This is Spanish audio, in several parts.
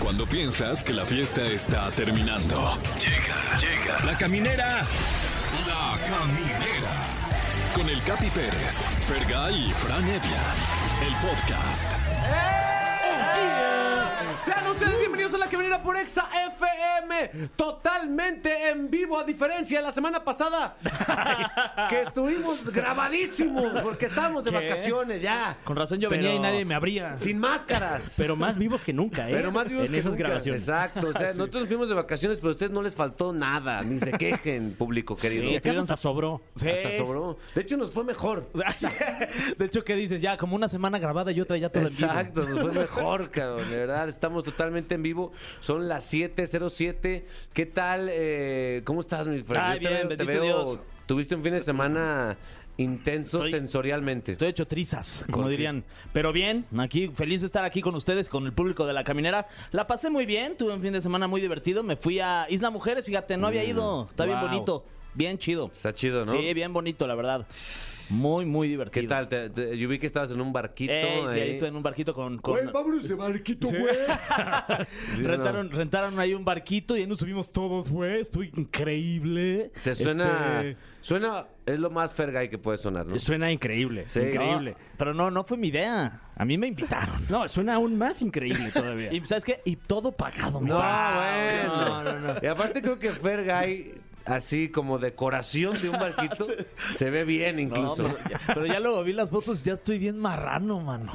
Cuando piensas que la fiesta está terminando. Llega, llega. La caminera. La caminera. Con el Capi Pérez, Fergay y Fran Evia. El podcast. Sean ustedes bienvenidos a la caminera por Exa FM, totalmente en vivo, a diferencia de la semana pasada, que estuvimos grabadísimos porque estábamos de ¿Qué? vacaciones ya, Con razón yo venía y nadie me abría. sin máscaras. Pero más vivos que nunca, ¿eh? Pero más vivos en que esas nunca. grabaciones. Exacto, o sea, nosotros nos fuimos de vacaciones, pero a ustedes no les faltó nada, ni se quejen, público querido. Sí, aquí hasta sobró. Hasta sobró. De hecho, nos fue mejor. De hecho, ¿qué dices? Ya, como una semana grabada y otra ya toda en vivo. Exacto, nos fue mejor, cabrón. De verdad, estamos totalmente en vivo. Son las 7.07. ¿Qué tal? eh, ¿Cómo estás, mi Fran? Ah, Yo bien, te bendito veo- Dios. Tuviste un fin de semana intenso Estoy- sensorialmente. Estoy hecho trizas, como qué? dirían. Pero bien, aquí feliz de estar aquí con ustedes, con el público de la caminera. La pasé muy bien, tuve un fin de semana muy divertido. Me fui a Isla Mujeres, fíjate, no había ido. Está bien wow. bonito, bien chido. Mm, Está chido, ¿no? Sí, bien bonito, la verdad. Muy, muy divertido. ¿Qué tal? Te- te- yo vi que estabas en un barquito. Ey, Eh, sí, ahí ahí. estoy en un barquito con... con- vámonos de barquito, güey. Sí, ¿no? rentaron, rentaron ahí un barquito y ahí nos subimos todos, güey. Estuvo increíble. Te suena. Este, Suena. Es lo más fergay que puede sonar, ¿no? Suena increíble, Sí. increíble. no, pero no, no fue mi idea. A mí me invitaron. No, suena aún más increíble todavía. Y ¿sabes qué? Y todo pagado, mi No, Fran. bueno. No, no, no. Y aparte creo que Fergay, así como decoración de un barquito, se ve bien No, incluso. pero, ya, pero ya luego vi las fotos, ya estoy bien marrano, mano. No,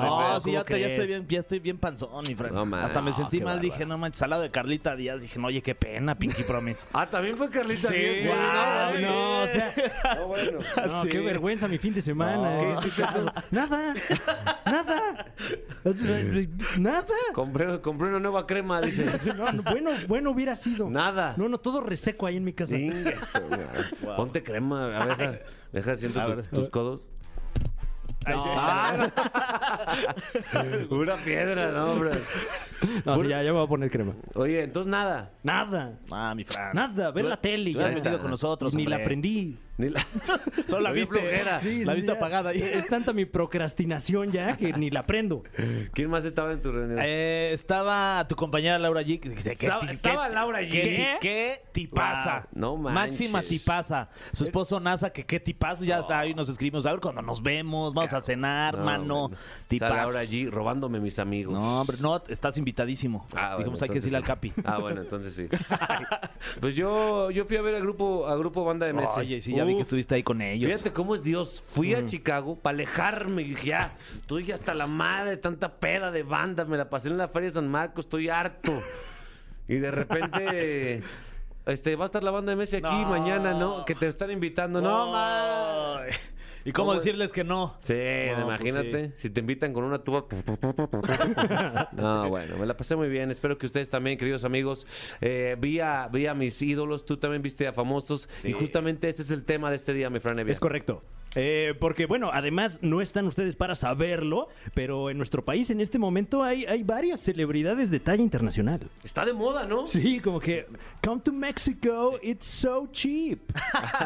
No, pero sí, ¿cómo ya, te- ya crees? estoy bien, ya estoy bien panzón, mi Fran. No, man. Hasta me No, sentí qué mal, bárbaro. dije, no manches, al lado de Carlita Díaz, dije, no, oye, qué pena, Pinky Promise. Ah, también fue Carlita Díaz. Sí, Guau, no, no, no, o sea, no, bueno. No, Sí. qué vergüenza mi fin de semana. No. eh. Nada, nada, nada. Compré, compré una nueva crema, dice. No, no, bueno, bueno hubiera sido. Nada. No, no, todo reseco ahí en mi casa. Ingueso, güey. Ponte crema, a ver, deja, deja siento tu- tus codos. Ay, sí. Ah, Una piedra, no, hombre. No, sí, ya, ya me voy a poner crema. Oye, entonces nada. Nada, Ah, mi Fran. nada, ver Tú- la tele. tú ya. hubieras venido con nosotros, Ni la hombre. aprendí. Ni la... Solo la Oye, viste. flojera. Sí, la sí, viste ya. apagada. ahí. Es tanta mi procrastinación ya que ni la aprendo. ¿Quién más estaba en tu reunión? Eh, estaba tu compañera Laura G. que- que- Estaba- que- estaba que- Laura G. ¿eh? que- que- ¿Qué tipaza? Wow, no manches. Máxima tipaza. Su Eh, esposo NASA, que qué tipazo. Ya está ahí nos escribimos. A ver cuando nos vemos. Vamos a cenar, No, mano. bueno. Tipazo. Sale ahora allí robándome mis amigos. No, hombre, no, estás invitadísimo. Ah, Dijimos, bueno, hay que decirle al Capi. entonces sí. Ah, bueno, entonces sí. Pues yo, yo fui a ver al grupo, a grupo Banda de Messi. Oye, sí, ya vi que estuviste ahí con ellos. Fíjate cómo es Dios. Fui a Chicago para alejarme. y Dije, ya, estoy hasta la madre de tanta peda de banda. Me la pasé en la Feria de San Marcos, estoy harto. Y de repente, este, va a estar la banda de Messi aquí No. mañana, ¿no? Que te están invitando. No, ma. Ay, ¿Y cómo ¿Cómo? decirles que no? Sí, No, imagínate. pues Si te invitan con una tuba. no, bueno, me la pasé muy bien. Espero que ustedes también, queridos amigos. Eh, vi, a, vi a mis ídolos, tú también viste a famosos. Y justamente este es el tema de este día, mi Fran Evia. Es correcto. Eh, porque, bueno, además no están ustedes para saberlo, pero en nuestro país en este momento hay, hay varias celebridades de talla internacional. Está de moda, ¿no? Sí, como que, come to Mexico, it's so cheap.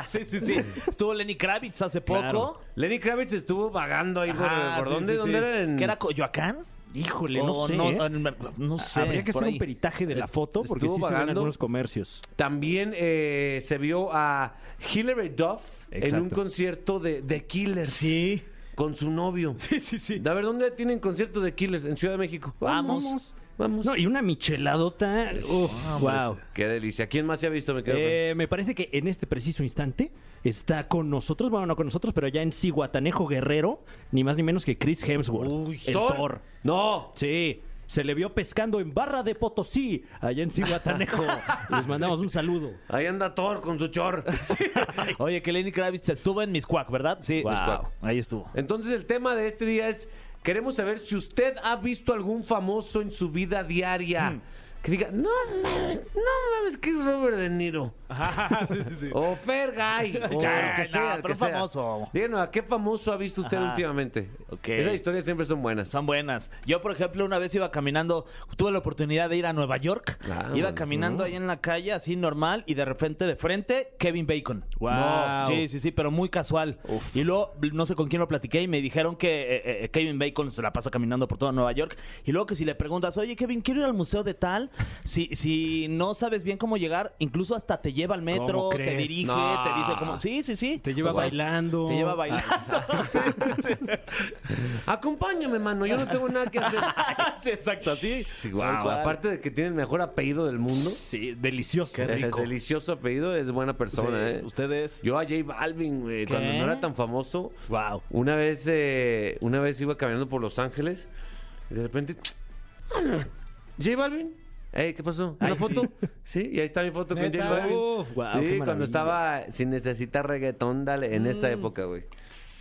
Sí, sí, sí. Estuvo Lenny Kravitz hace poco. Claro. Lenny Kravitz estuvo vagando ahí por- Ah, Ajá, por, sí, dónde, sí, dónde sí. era en... ¿Qué era Coyoacán? Híjole, no O sé. No, ¿eh? en Mer- no sé. Habría que por hacer ahí. un peritaje de la Es- foto porque estuvo sí se ven vagando. algunos comercios. También eh, se vio a Hilary Duff en un Exacto. concierto de, de Killers. Sí. Con su novio. Sí, sí, sí. A ver, ¿dónde tienen concierto de Killers? En Ciudad de México. Vamos. Vamos. No, y una micheladota. uf, Ah, wow. Qué delicia. ¿Quién más se ha visto? Me quedo Eh, me parece que en este preciso instante está con nosotros, bueno, no con nosotros, pero ya en Cihuatanejo Guerrero, ni más ni menos que Chris Hemsworth, Uy. el ¿Thor? Thor. No. Sí, se le vio pescando en Barra de Potosí, allá en Cihuatanejo. Les mandamos un saludo. Ahí anda Thor con su chor. Oye, que Lenny Kravitz estuvo en Miscuac, ¿verdad? Sí, Wow. Miscuac. Ahí estuvo. Entonces el tema de Hmm. este día es, queremos saber si usted ha visto algún famoso en su vida diaria. que diga, no mames, no mames, que es Robert De Niro. Ajá, Ah, sí, sí, sí. O Fergay. o el Ya, que no, sea, el pero que sea. famoso. Díganos, ¿a qué famoso ha visto usted Ajá. últimamente? Ok. Esas historias siempre son buenas. Son buenas. Yo, por ejemplo, una vez iba caminando, tuve la oportunidad de ir a Nueva York. Vámonos, iba caminando ¿no? ahí en la calle, así normal, y de repente de frente, Kevin Bacon. Wow. No, sí, sí, sí, pero muy casual. Y luego, no sé con quién lo platiqué, y me dijeron que eh, eh, Kevin Bacon se la pasa caminando por toda Nueva York. Y luego que si le preguntas, oye, Kevin, quiero ir al museo de tal, si, si no sabes bien cómo llegar, incluso hasta te lleva al metro, ¿Cómo te crees? dirige, No. te dice cómo. Sí, sí, sí. Te lleva O sea, bailando. Te lleva bailando. Acompáñame, mano, yo no tengo nada que hacer. Ah, Sí, exacto, sí. Sí, guau, aparte de que tiene el mejor apellido del mundo. Sí, delicioso. Es delicioso apellido, es buena persona, ¿eh? Ustedes. Yo a J Balvin, güey, ¿Qué? cuando no era tan famoso, Wow. una vez, eh, una vez iba caminando por Los Ángeles y de repente, J Balvin, Ey, ¿qué pasó? ¿Una Ay, sí. foto? Sí. y ahí está mi foto con ¿Neta? J Balvin. Uf, guau, qué sí, cuando maravilla. estaba sin necesitar reggaetón, dale, en Mm. esa época, güey.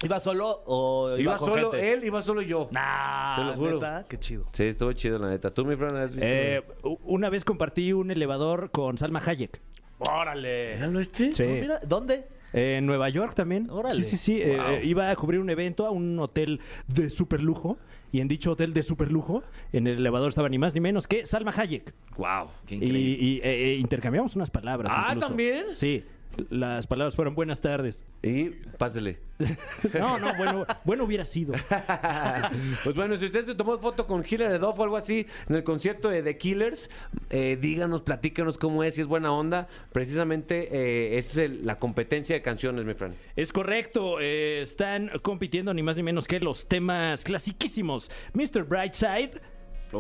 ¿Iba solo o iba, Iba, con solo gente? él, iba solo yo. Nah, Te lo juro. ¿neta? Qué chido. Sí, estuvo chido, la neta. ¿Tú, mi Fran, has visto? Eh, u- una vez compartí un elevador con Salma Hayek. Órale. ¿Era el oeste? Sí. Oh, mira, ¿dónde? Eh, en Nueva York también. Órale. Sí, sí, sí. Eh, Wow. eh, iba a cubrir un evento a un hotel de super lujo. Y en dicho hotel de super lujo, en el elevador estaba ni más ni menos que Salma Hayek. Wow. Qué Y, increíble. y, eh, eh, intercambiamos unas palabras. Ah, incluso. ¿también? Sí. Las palabras fueron buenas tardes. Y pásele. No, no, bueno, bueno hubiera sido. Pues bueno, si usted se tomó foto con Hilary Duff o algo así en el concierto de The Killers, eh, díganos, platícanos cómo es, si es buena onda. Precisamente eh, esa es el- la competencia de canciones, mi Fran. Es correcto, eh, están compitiendo ni más ni menos que los temas clasiquísimos. Mr. Brightside. Eh,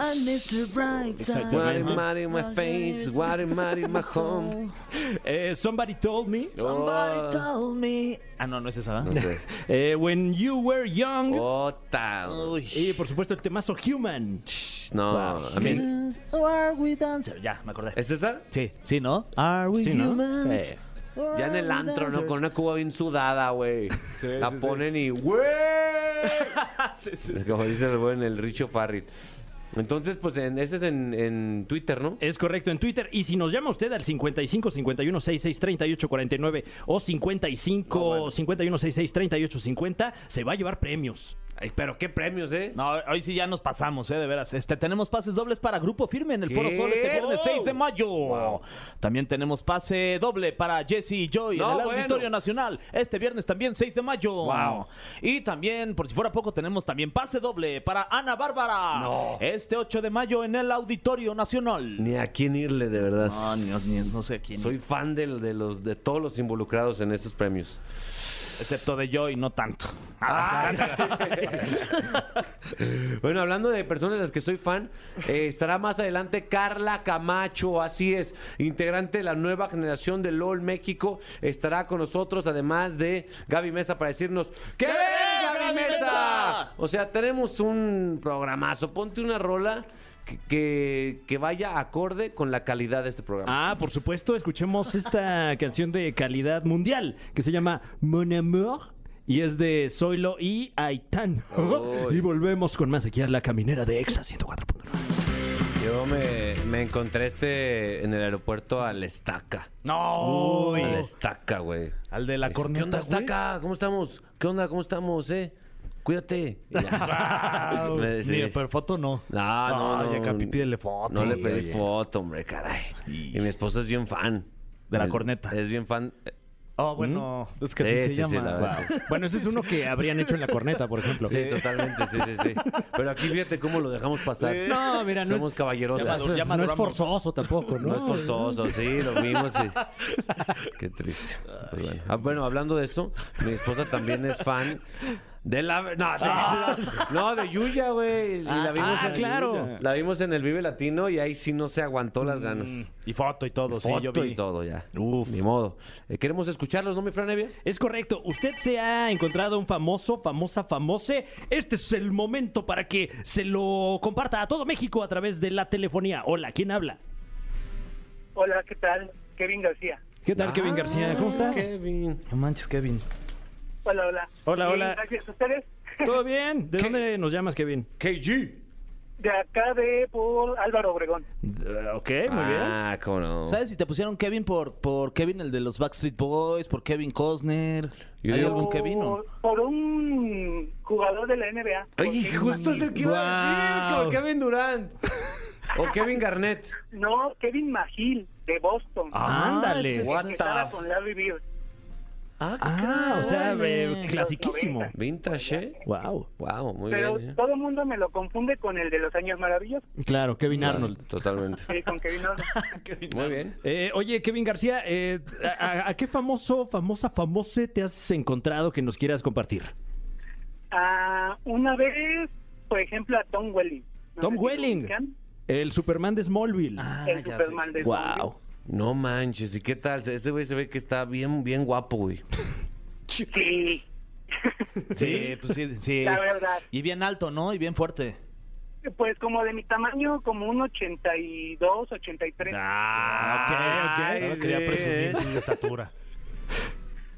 I'm Mr. Brightside. What is mad in my face? What is mad in my home? eh, Somebody Told Me. Somebody Oh. told me. Ah, no, no es esa. ¿verdad? eh, When You Were Young. Oh. Ota. Y por supuesto el temazo Human. No, a mí. Mm, Are we dancers? Ya, me acordé. ¿Es esa? Sí, sí, ¿no? Are we Sí, ¿no? humans? Or Ya en are el we antro, ¿no? dancers? Con una cuba bien sudada, güey. la sí, sí. ponen y ¡güey! Es Como dice el buen el Richo Farrell. Entonces, pues en, ese es en, en Twitter, ¿no? Es correcto en Twitter. Y si nos llama usted al 55 51 66 38 49 o 55 51 66 38 50, se va a llevar premios. Ay, pero qué premios, ¿eh? No, hoy sí ya nos pasamos, ¿eh? De veras. Este, tenemos pases dobles para Grupo Firme en el Foro ¿Qué? Sol este viernes ¡Wow! 6 de mayo. También tenemos pase doble para Jesse y Joy No, en el bueno. Auditorio Nacional este viernes también 6 de mayo. Wow. Y también, por si fuera poco, tenemos también pase doble para Ana Bárbara No. este 8 de mayo en el Auditorio Nacional. Ni a quién irle, de verdad. No, ni- ni- no sé quién. Soy fan de, de los, de todos los involucrados en estos premios. Excepto de Joy, no tanto. Bueno, hablando de personas de las que soy fan, eh, estará más adelante Carla Camacho, así es, integrante de la nueva generación de LOL México, estará con nosotros, además de Gaby Mesa, para decirnos ¡Que ¡Que venga venga Gaby Gaby Mesa! Mesa! O sea, tenemos un programazo, ponte una rola que, que- que vaya acorde con la calidad de este programa. Ah, por supuesto, escuchemos esta canción de calidad mundial que se llama Mon Amour y es de Zoilo y Aitán. Uy. Y volvemos con más aquí a la caminera de Exa 104.9. Yo me, me encontré este en el aeropuerto al Estaca. No. Al Estaca, güey. Al de la Dije, corneta, ¿Qué onda, está güey? acá? ¿Cómo estamos? ¿Qué onda? ¿Cómo estamos, eh? Cuídate. Y ya. Me Mira, decidí. pero foto no. No, no, Ah, no. ya, Capi, pídele foto, No le pedí oye. foto, hombre, caray. Y mi esposa es bien fan. De la Es- corneta. Es bien fan. Oh, bueno. Es que ¿Mm? Sí, así se sí, sí, llama. la verdad, Wow. sí. Bueno, ese es uno que habrían hecho en la corneta, por ejemplo. Sí, totalmente, sí, sí, sí. Pero aquí fíjate cómo lo dejamos pasar. No, mira, no es- Somos caballerosas. Ya maduró, ya No es maduramos. forzoso tampoco, ¿no? No es forzoso, sí, lo mismo, sí. Qué triste. Pues bueno. Ah, bueno, hablando de eso, mi esposa también es fan de la... No, de, no, de Yuya, güey. Y Ah, la vimos ah, en- claro. La vimos en el Vive Latino y ahí sí no se aguantó las ganas. Y foto y todo, sí, yo Foto vi. y todo ya. Uf. Ni modo. Eh, queremos escucharlos, ¿no, mi Fran Evia? Es correcto, usted se ha encontrado un famoso, famosa, famose. Este es el momento para que se lo comparta a todo México a través de la telefonía. Hola, ¿quién habla? Hola, ¿qué tal? Kevin García. ¿Qué tal, Kevin García? ¿Cómo estás? Ah, Kevin. No manches, Kevin. Hola, hola. Hola, Bien, hola. Gracias a ustedes. ¿Todo bien? ¿De dónde nos llamas, Kevin? KG. De acá de por Álvaro Obregón. Eh, Ok, muy bien. Ah, cómo no. ¿Sabes si te pusieron Kevin por, por Kevin, el de los Backstreet Boys, por Kevin Costner? Yo ¿Hay digo- algún Kevin o- Por- Por un jugador de la NBA. Oye, justo es el que iba a decir, Guau. como Kevin Durant. O Kevin Garnett. No, Kevin Magil, de Boston. Ah, Ándale. Que what estaba the- con Larry Bird. Ah, o sea, Órale. eh, clasiquísimo. Vintage, ¿eh? Wow. Wow, muy Pero bien. ¿eh? todo el mundo me lo confunde con el de los años maravillosos, Claro, Kevin Arnold. Totalmente. eh, con Kevin Arnold. Muy bien. Eh, oye, Kevin García, eh, a, a- a qué famoso, famosa, famose te has encontrado que nos quieras compartir? Ah, una vez, por ejemplo, a Tom Welling. No Tom sé si lo Welling, ubican, el Superman de Smallville. Ah, El Superman de Smallville. wow. No manches, ¿y qué tal? Ese güey se ve que está bien, bien guapo, güey. Sí, Sí, pues sí, sí. la verdad. Y bien alto, ¿no? Y bien fuerte. Pues como de mi tamaño, como un 82, 83. Ah, No quería presumir su estatura.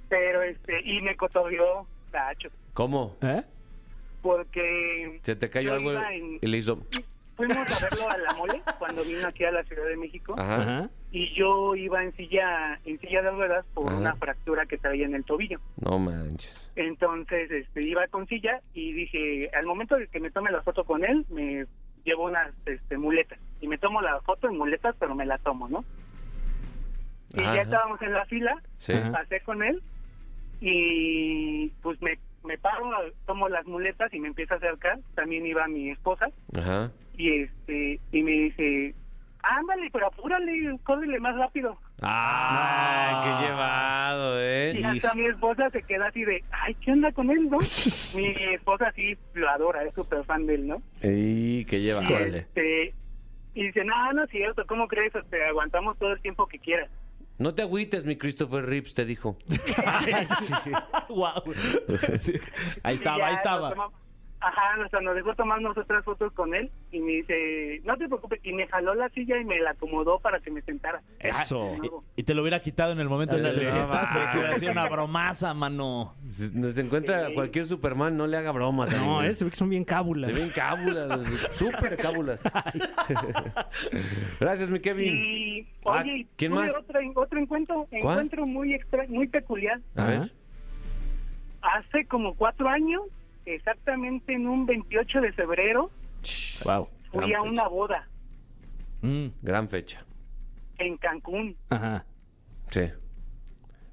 Pero este, y me cotorrió, Nacho, ¿Cómo? ¿Eh? porque Se te cayó Yo algo iba en- y le hizo. fuimos a verlo a la mole cuando vino aquí a la Ciudad de México Ajá. Ajá. y yo iba en silla, en silla de ruedas por Ajá. una fractura que traía en el tobillo. No manches. Entonces este, iba con silla y dije, al momento de que me tome la foto con él, me llevo unas este, muletas. Y me tomo la foto en muletas, pero me la tomo, ¿no? Y Ajá, ya ajá. estábamos en la fila, Sí. pasé con él y pues me, me paro, tomo las muletas y me empieza a acercar. También iba mi esposa Ajá. y este y me dice, ándale, pero apúrale, córrele más rápido. Ah, qué llevado, Y ¿eh? hasta mi esposa se queda así de, ay, ¿qué onda con él, no? mi esposa sí lo adora, es súper fan de él, ¿no? Y qué Y, llevado. este, y dice, no, no es cierto, ¿cómo crees? Te aguantamos todo el tiempo que quieras. No te agüites, mi Christopher Rips, te dijo. wow. Ahí Y estaba, ya ahí nos estaba. tomamos- Ajá, o sea, nos dejó tomarnos otras fotos con él y me dice, no te preocupes, y me jaló la silla y me la acomodó para que me sentara. Eso. Eh, Luego, Y te lo hubiera quitado en el momento en Ay, el que no, va. se hubiera sido una bromaza, mano. Si nos encuentra Sí. cualquier Superman, no le haga bromas. No, amigo. eh, se ve que son bien cábulas. Se ven cábulas, súper cábulas. Gracias, mi Kevin. Y, Ah, oye, y ¿quién tuve más? Otro, otro encuentro, encuentro muy extra, muy peculiar. A ver. Hace como cuatro años, exactamente en un 28 de febrero, Wow. fui Gran a fecha. una boda Gran fecha. en Cancún. Ajá. Sí.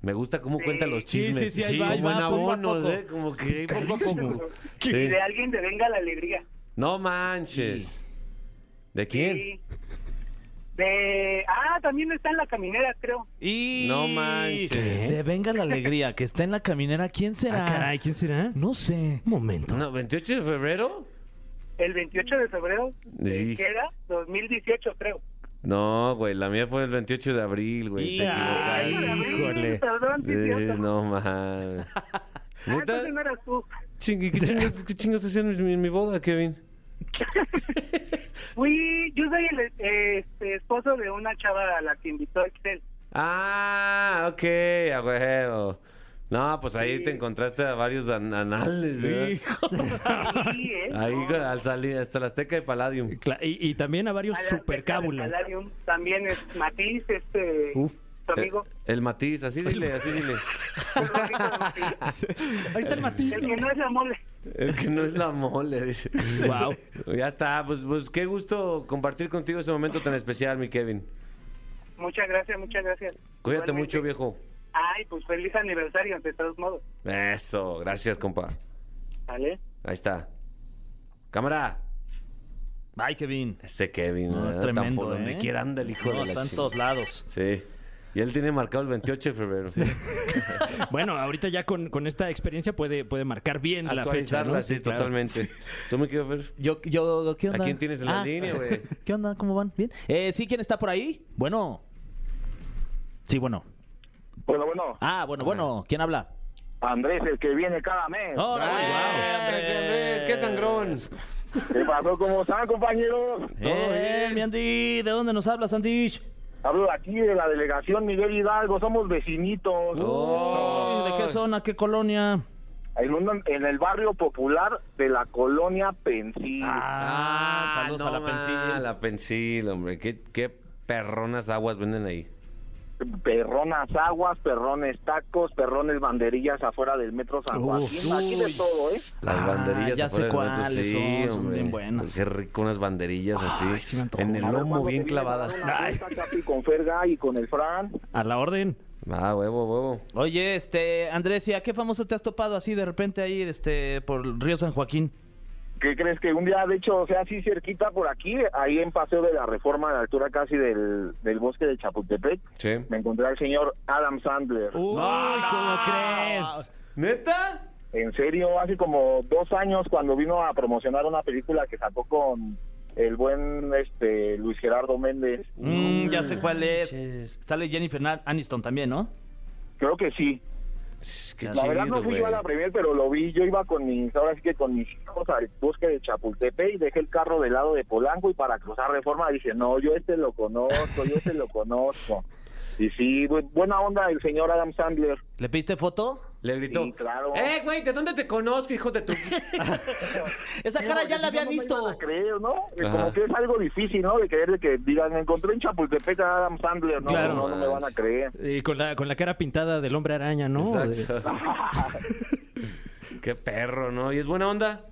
Me gusta cómo Sí. cuenta los Sí, chismes. sí, sí, ahí va, ahí como va, en poco a abonos, poco. ¿eh? Como que poco a poco. Y Sí. de alguien te venga la alegría. No manches. ¿De quién? Sí. De, ah, también está en la caminera, creo. Y... No manches. De venga la alegría, que está en la caminera. ¿Quién será? Ah, caray, ¿quién será? No sé. Un momento. No, 28 de febrero. El 28 de febrero, Sí. eh, que era 2018, creo. No, güey, la mía fue el 28 de abril, güey. Te Y- Ay, equivocaste. Sí, Perdón, sí, Eh, cierto. No mames. Ah, ¿Neta? entonces no eras tú. Ching- ¿Qué chingas, qué chingas hacían en mi- en mi boda, Kevin? Fui, yo soy el eh, este, esposo de una chava a la que invitó Excel. Ah, ok, a huevo. No, pues ahí Sí. te encontraste a varios an- anales, ¿verdad? Sí, ¿eh? Ahí No, al salir, hasta la Azteca de Palladium. Cla- Y, y también a varios a la supercábulas. Azteca de Palladium. También es Matiz, este, Uf. tu amigo. Eh, El, el matiz, así dile, así dile. tu amigo Matiz. Ahí está el matiz. El que no es la mole. El que no es la mole, dice. Wow. Ya está, pues, pues qué gusto compartir contigo ese momento tan especial, mi Kevin. Muchas gracias, muchas gracias. Cuídate Igualmente. mucho, viejo. Ay, pues feliz aniversario, de todos modos. Eso, gracias, compa. ¿Vale? Ahí está. Cámara. Ay, Kevin. Ese Kevin, No, es ¿verdad? Tan tremendo, Por donde ¿eh? quiera anda el hijo No, de la está en chingada. todos lados. Sí. Y él tiene marcado el 28 de febrero. Bueno, ahorita ya con, con esta experiencia puede, puede marcar bien la fecha. Actualizarla, ¿no? sí, Sí, claro. totalmente. ¿Tú me quieres ver? Yo, yo, ¿qué ¿A onda? Ah. quién tienes en la línea, güey? ¿Qué onda? ¿Cómo van? ¿Bien? Eh, sí, ¿quién está por ahí? Bueno. Sí, bueno. Bueno, bueno, Ah, bueno, bueno. ¿Quién habla? Andrés, el que viene cada mes. Oh. ¡Órale! Andrés, Andrés, qué sangrón! ¿Qué pasó? ¿Cómo están, compañeros? Todo bien, Eh, mi Andy. ¿De dónde nos hablas, Andy? Hablo de aquí de la delegación Miguel Hidalgo, somos vecinitos. Oh. Uy, ¿De qué zona? ¿Qué colonia? en, un- en el barrio popular de la colonia Pensil. Ah, saludos a la no Pensil. ma, la Pensil, hombre. ¿Qué, qué perronas aguas venden ahí. Perronas aguas, perrones tacos, perrones banderillas afuera del metro San Joaquín. Aquí de todo, ¿eh? Las Ah, banderillas. ya sé afuera del metro, cuáles sí, son, son hombre. bien buenas. Qué rico unas banderillas así. sí me antojó. en el A ver, lomo ¿cuándo bien te vienes a dar clavadas. una Ay. vuelta, Capi, con Ferga y con el Fran. A la orden. Ah, huevo, huevo. Oye, este, Andrés, ¿y a qué famoso te has topado así de repente ahí, este, por el Río San Joaquín? ¿Qué crees que un día, de hecho, o sea, así cerquita por aquí, ahí en Paseo de la Reforma, a la altura casi del, del bosque de Chapultepec, Sí. me encontré al señor Adam Sandler. Uh. Uy, ¿cómo crees? ¿Neta? En serio, hace como dos años cuando vino a promocionar una película que sacó con el buen este Luis Gerardo Méndez. Mm, ya sé cuál es. manches. Sale Jennifer Na- Aniston también, ¿no? Creo que sí. Es que La verdad no fui yo a la premier, pero lo vi. Yo iba con mis, ahora sí que con mis hijos al bosque de Chapultepec y dejé el carro del lado de Polanco y para cruzar Reforma dije, no, yo este lo conozco, yo este lo conozco. Y sí, bu- buena onda el señor Adam Sandler. ¿Le pediste foto? Le gritó. Sí, claro. ¡Eh, güey! ¿De dónde te conozco, hijo de tu.? Esa cara ya la había No me visto. iban a creer, ¿no? Eh, Ajá. Como que es algo difícil, ¿no? De creer de que digan, encontré en Chapultepec a Adam Sandler, ¿no? Claro. no, no me van a creer. Y con la, con la cara pintada del hombre araña, ¿no? Exacto. Qué perro, ¿no? ¿Y es buena onda?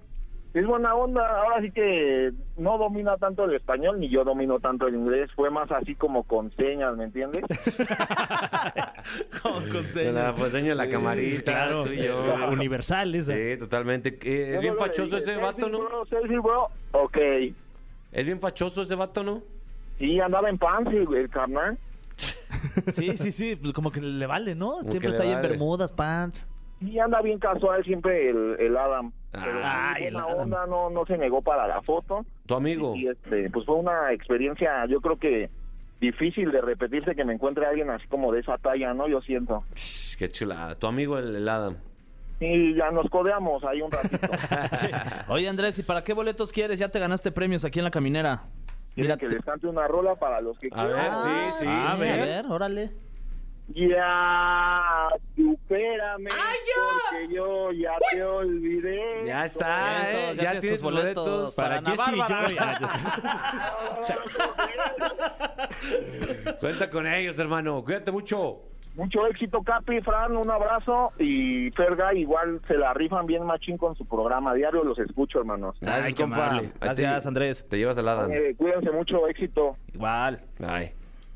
Es buena onda, ahora sí que no domina tanto el español, ni yo domino tanto el inglés, fue más así como con señas, ¿me entiendes? Con- con señas. La, pues enseña la camarita, Claro, eh, tú y yo. universales. Sí, totalmente. Eh, es bien Yo solo le fachoso dije, ese vato, "Selfie, ¿no? bro, selfie, bro". Ok, Es bien fachoso ese vato, ¿no? sí, andaba en pants y el carnal. Sí, sí, sí, pues como que le vale, ¿no? Como que Siempre le está ahí en vale. bermudas, pants. Sí, anda bien casual siempre el, el Adam. Pero Ah, sí, el buena Adam. onda, no, no se negó para la foto. Tu amigo. Y este, pues fue una experiencia, yo creo que difícil de repetirse que me encuentre alguien así como de esa talla, ¿no? Yo siento. Psh, Qué chulada. Tu amigo, el, el Adam. Y ya nos codeamos ahí un ratito. Oye, Andrés, ¿y para qué boletos quieres? Ya te ganaste premios aquí en la caminera. Quieren que te- Ah, les cante una rola para los que A ver, quieran. sí, sí. A ver, órale. Ya, supérame, porque yo ya te olvidé. Ya está, ¿eh? Boletos, Ya, tus tienes boletos. boletos Para- Para Ana Jessy y Ah, Bárbara. yo. ya- Cuenta con ellos, hermano. Cuídate mucho. Mucho éxito, Capi, Fran, un abrazo. Y Ferga, igual se la rifan bien machín con su programa. Diario los escucho, hermanos. Gracias, Ay, qué compadre. amable. Ahí te- Gracias, Andrés. Te llevas al Adam. Eh, cuídense mucho, éxito. Igual. Ay.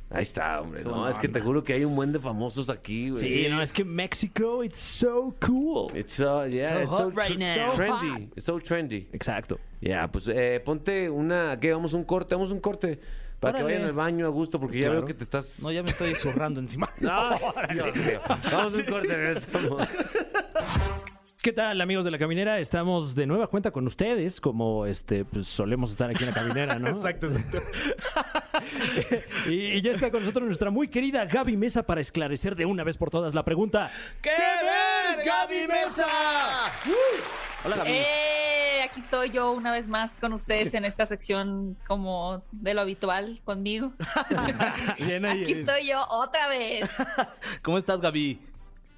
Ahí está, hombre. No, es que te juro que hay un buen de famosos aquí, güey. Sí, no, es que México, it's so cool. It's so, yeah, So it's so hot right tr- so now. So trendy. It's so trendy. Exacto. Ya, pues eh, ponte una. ¿Qué? Vamos a un corte, vamos a un corte. Para que Órale. vayan al baño a gusto, porque ya Claro. veo que te estás. No, ya me estoy zurrando encima. No, Dios mío. Vamos a un corte, regresamos. ¿Qué tal, amigos de la caminera? Estamos de nueva cuenta con ustedes, como este, pues, solemos estar aquí en la caminera, ¿no? Exacto, exacto. Y, y ya está con nosotros nuestra muy querida Gaby Mesa para esclarecer de una vez por todas la pregunta. ¡Qué ver, Gaby Mesa! Hola, Gaby. ¡Eh! Aquí estoy yo una vez más con ustedes en esta sección como de lo habitual conmigo. Bien ahí, Aquí eh, estoy yo otra vez. ¿Cómo estás, Gaby?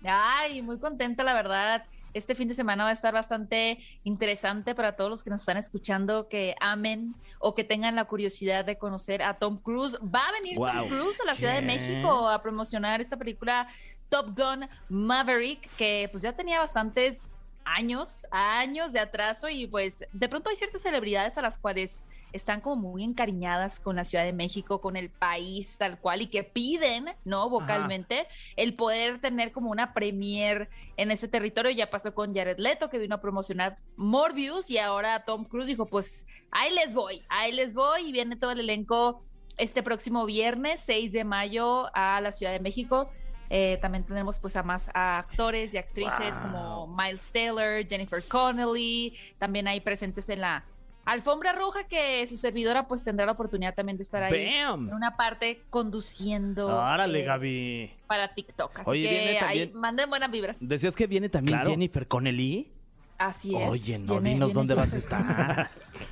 Ay, muy contenta la verdad. Este fin de semana va a estar bastante interesante para todos los que nos están escuchando que amen o que tengan la curiosidad de conocer a Tom Cruise. Va a venir Wow. Tom Cruise a la Ciudad de ¿Qué? México a promocionar esta película Top Gun Maverick, que pues ya tenía bastantes años, años de atraso y pues de pronto hay ciertas celebridades a las cuales están como muy encariñadas con la Ciudad de México, con el país tal cual y que piden, ¿no? Vocalmente el poder tener como una premier en ese territorio. Ya pasó con Jared Leto, que vino a promocionar Morbius, y ahora Tom Cruise dijo, pues ahí les voy, ahí les voy, y viene todo el elenco este próximo viernes, 6 de mayo, a la Ciudad de México. Eh, también tenemos pues a más a actores y actrices como Miles Taylor, Jennifer Connelly, también ahí presentes en la alfombra roja que su servidora pues tendrá la oportunidad también de estar ahí en ¡Bam! una parte conduciendo Órale, eh, Gaby. para TikTok. Así Oye, que viene ahí también- manden buenas vibras. Decías que viene también Claro. Jennifer Connelly. Así es. Oye, no, viene- dinos viene dónde yo. vas a estar.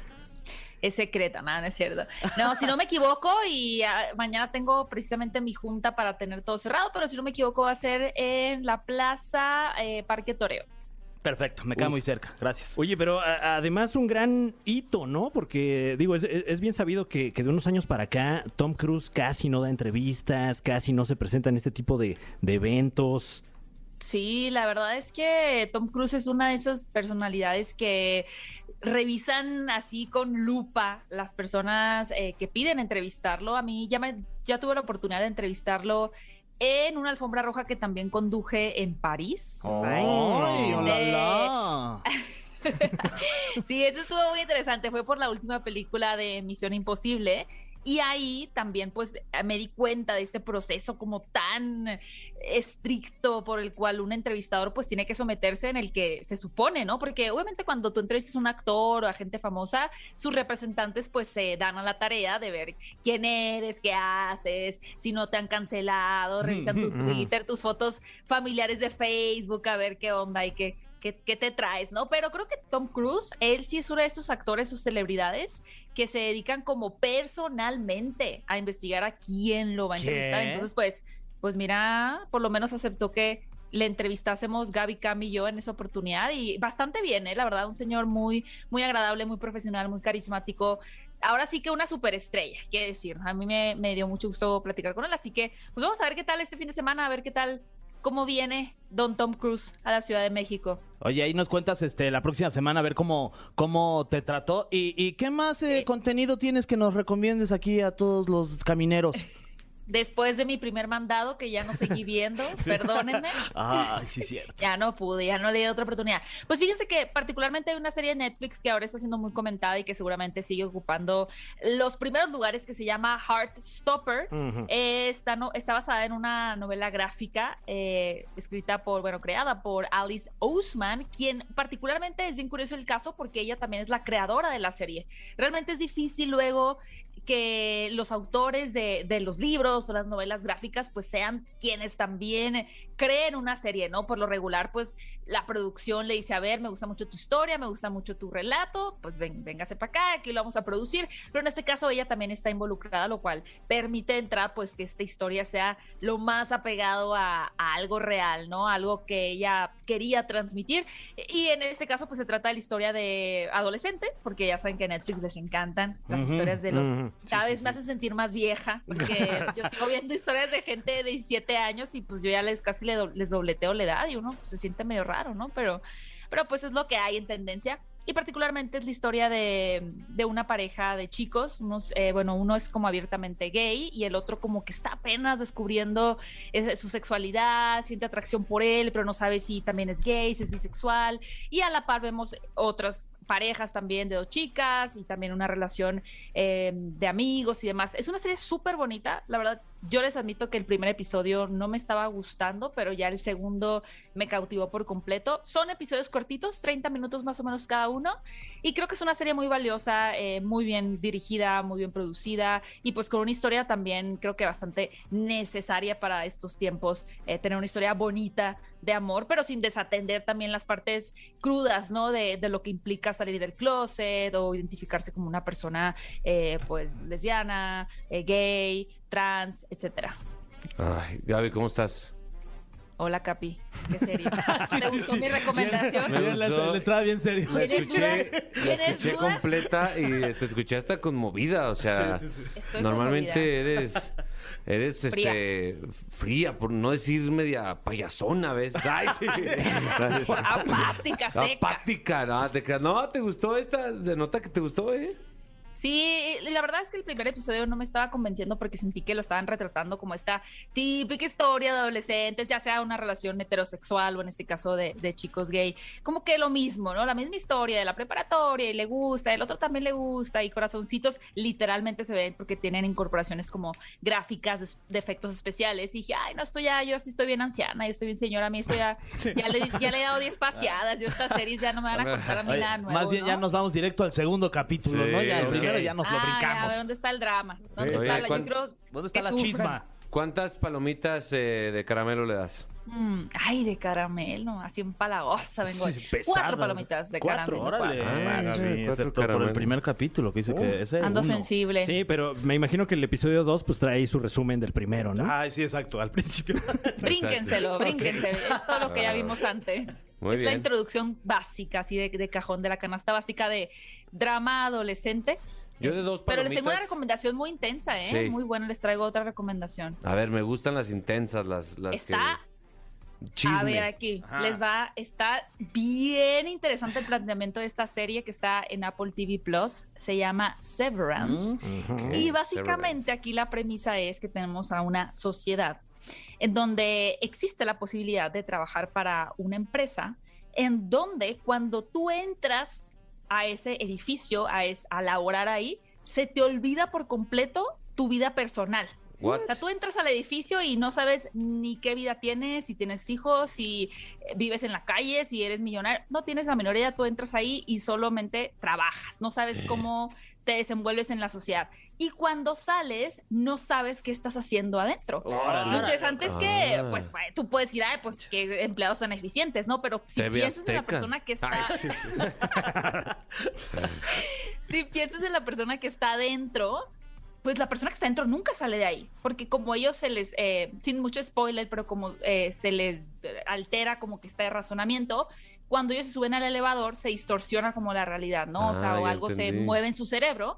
Es secreta, nada, no es cierto. No, si no me equivoco, y ah, mañana tengo precisamente mi junta para tener todo cerrado, pero si no me equivoco, va a ser en la plaza eh, Parque Toreo. Perfecto, me queda muy cerca. Gracias. Oye, pero a- además un gran hito, ¿no? Porque, digo, es, es- es bien sabido que, que de unos años para acá Tom Cruise casi no da entrevistas, casi no se presenta en este tipo de, de eventos. Sí, la verdad es que Tom Cruise es una de esas personalidades que revisan así con lupa las personas eh, que piden entrevistarlo. A mí ya, me, ya tuve la oportunidad de entrevistarlo en una alfombra roja que también conduje en París. ¡Ay, De- olala! Sí, eso estuvo muy interesante. Fue por la última película de Misión Imposible. Y ahí también pues me di cuenta de este proceso como tan estricto por el cual un entrevistador pues tiene que someterse en el que se supone, ¿no? Porque obviamente cuando tú entrevistas a un actor o a gente famosa, sus representantes pues se dan a la tarea de ver quién eres, qué haces, si no te han cancelado, revisan tu Twitter, tus fotos familiares de Facebook, a ver qué onda y qué, qué, qué te traes, ¿no? Pero creo que Tom Cruise, él sí es uno de estos actores o celebridades que se dedican como personalmente a investigar a quién lo va a ¿Qué? entrevistar. Entonces, pues, pues mira, por lo menos aceptó que le entrevistásemos Gaby Cam y yo en esa oportunidad y bastante bien, ¿eh? la verdad, un señor muy, muy agradable, muy profesional, muy carismático. Ahora sí que una superestrella, quiero decir. A mí me, me dio mucho gusto platicar con él, así que pues vamos a ver qué tal este fin de semana, a ver qué tal cómo viene Don Tom Cruise a la Ciudad de México. Oye, ahí nos cuentas este la próxima semana a ver cómo, cómo te trató. ¿Y, y qué más eh, contenido tienes que nos recomiendes aquí a todos los camineros? Después de mi primer mandado, que ya no seguí viendo, perdónenme. Ay, sí, cierto. Ya no pude, ya no le di otra oportunidad. Pues fíjense que particularmente hay una serie de Netflix que ahora está siendo muy comentada y que seguramente sigue ocupando los primeros lugares que se llama Heartstopper. Eh, está, no, está basada en una novela gráfica eh, escrita por, bueno, creada por Alice Ousman, quien particularmente es bien curioso el caso porque ella también es la creadora de la serie. Realmente es difícil luego que los autores de, de los libros o las novelas gráficas pues sean quienes también creen una serie, ¿no? Por lo regular pues la producción le dice, a ver, me gusta mucho tu historia, me gusta mucho tu relato, pues ven, véngase para acá, aquí lo vamos a producir, pero en este caso ella también está involucrada, lo cual permite entrar pues que esta historia sea lo más apegado a, a algo real, ¿no? Algo que ella quería transmitir y en este caso pues se trata de la historia de adolescentes, porque ya saben que a Netflix les encantan las historias de los cada vez me hacen sentir más vieja, porque yo sigo viendo historias de gente de 17 años y pues yo ya les casi le do- les dobleteo la edad y uno pues, se siente medio raro, ¿no? Pero, pero pues es lo que hay en tendencia. Y particularmente es la historia de, de una pareja de chicos, unos, eh, bueno, uno es como abiertamente gay y el otro como que está apenas descubriendo es- su sexualidad, siente atracción por él, pero no sabe si también es gay, si es bisexual. Y a la par vemos otras parejas también de dos chicas y también una relación eh, de amigos y demás. Es una serie súper bonita. La verdad, yo les admito que el primer episodio no me estaba gustando, pero ya el segundo me cautivó por completo. Son episodios cortitos, 30 minutos más o menos cada uno. Y creo que es una serie muy valiosa, eh, muy bien dirigida, muy bien producida y pues con una historia también creo que bastante necesaria para estos tiempos. eh, tener una historia bonita de amor, pero sin desatender también las partes crudas, ¿no? De, de lo que implica salir del closet o identificarse como una persona eh, pues lesbiana, eh, gay, trans, etcétera. Ay, Gaby, ¿cómo estás? Hola Capi, qué serio. ¿Te gustó mi recomendación? Me La, gustó. la entrada bien serio. La ¿Tienes escuché, dudas? la ¿Tienes escuché dudas? completa y eh, te escuché hasta conmovida, o sea, Estoy normalmente conmovida. eres eres Fría. este fría por no decir media payasona a veces. Ay, sí. Apática, Ah, pues, seca. Apática, no, te creas. No, te gustó esta, se nota que te gustó, ¿eh? Sí, la verdad es que el primer episodio no me estaba convenciendo porque sentí que lo estaban retratando como esta típica historia de adolescentes, ya sea una relación heterosexual o en este caso de, de chicos gay, como que lo mismo, ¿no? La misma historia de la preparatoria y le gusta, el otro también le gusta y corazoncitos literalmente se ven porque tienen incorporaciones como gráficas de, de efectos especiales y dije, ay, no, estoy ya, yo así estoy bien anciana, yo estoy bien señora, a mí esto ya, ya, le, ya le he dado 10 paseadas, yo estas series ya no me van a contar a mí Oye, nada nuevo, más bien ya ¿no? nos vamos directo al segundo capítulo, Sí, ¿no? Ya el ok. primero ya nos lo Ah, ya, a ver, brincamos. ¿dónde está el drama? ¿Dónde Oye, está la, ¿cuán- yo creo ¿Dónde está que la sufran. chisma? ¿Cuántas palomitas eh, de caramelo le das? Mm, ay, de caramelo, así empalagosa vengo. hoy. Sí, pesadas. Cuatro palomitas de Cuatro, caramelo. órale. cuatro. Ah, Ay, sí, sí, cuatro Uh. excepto por el caramelos. primer capítulo que dice que ese Ando uno. sensible. Sí, pero me imagino que el episodio 2 pues trae ahí su resumen del Ah, primero, ¿no? Ay, sí, exacto, al principio. Brínquenselo, brínquenselo. Es todo lo que ya vimos antes. Ah. Muy es la bien. introducción básica, así de, de cajón, de la canasta básica de drama adolescente. Yo Es- de dos Pero les tengo una palomitas- recomendación muy intensa, ¿eh? Sí. Muy buena, les traigo otra recomendación. A ver, me gustan las intensas, las, las Está, que... Chisme. a ver aquí, les va, está bien interesante el planteamiento de esta serie que está en Apple TV Plus, se llama Severance. Ok, Y básicamente Severance. aquí la premisa es que tenemos a una sociedad en donde existe la posibilidad de trabajar para una empresa, en donde cuando tú entras a ese edificio, a, es, a laborar ahí, se te olvida por completo tu vida personal. What? O sea, tú entras al edificio y no sabes ni qué vida tienes, si tienes hijos, si eh, vives en la calle, si eres millonario. No tienes la menor idea, tú entras ahí y solamente trabajas. No sabes cómo te desenvuelves en la sociedad. Y cuando sales, no sabes qué estás haciendo adentro. Oh, Lo interesante es que, Ah. pues, bueno, tú puedes decir, ay, pues, que empleados son eficientes, ¿no? Pero si TV piensas en la Azteca. persona que está... Ay, sí. si piensas en la persona que está adentro, pues la persona que está adentro nunca sale de ahí, porque como ellos se les, eh, sin mucho spoiler, pero como eh, se les eh, altera como que está de razonamiento, cuando ellos se suben al elevador se distorsiona como la realidad, ¿no? o Ah, sea, o ya algo entendí. se mueve en su cerebro.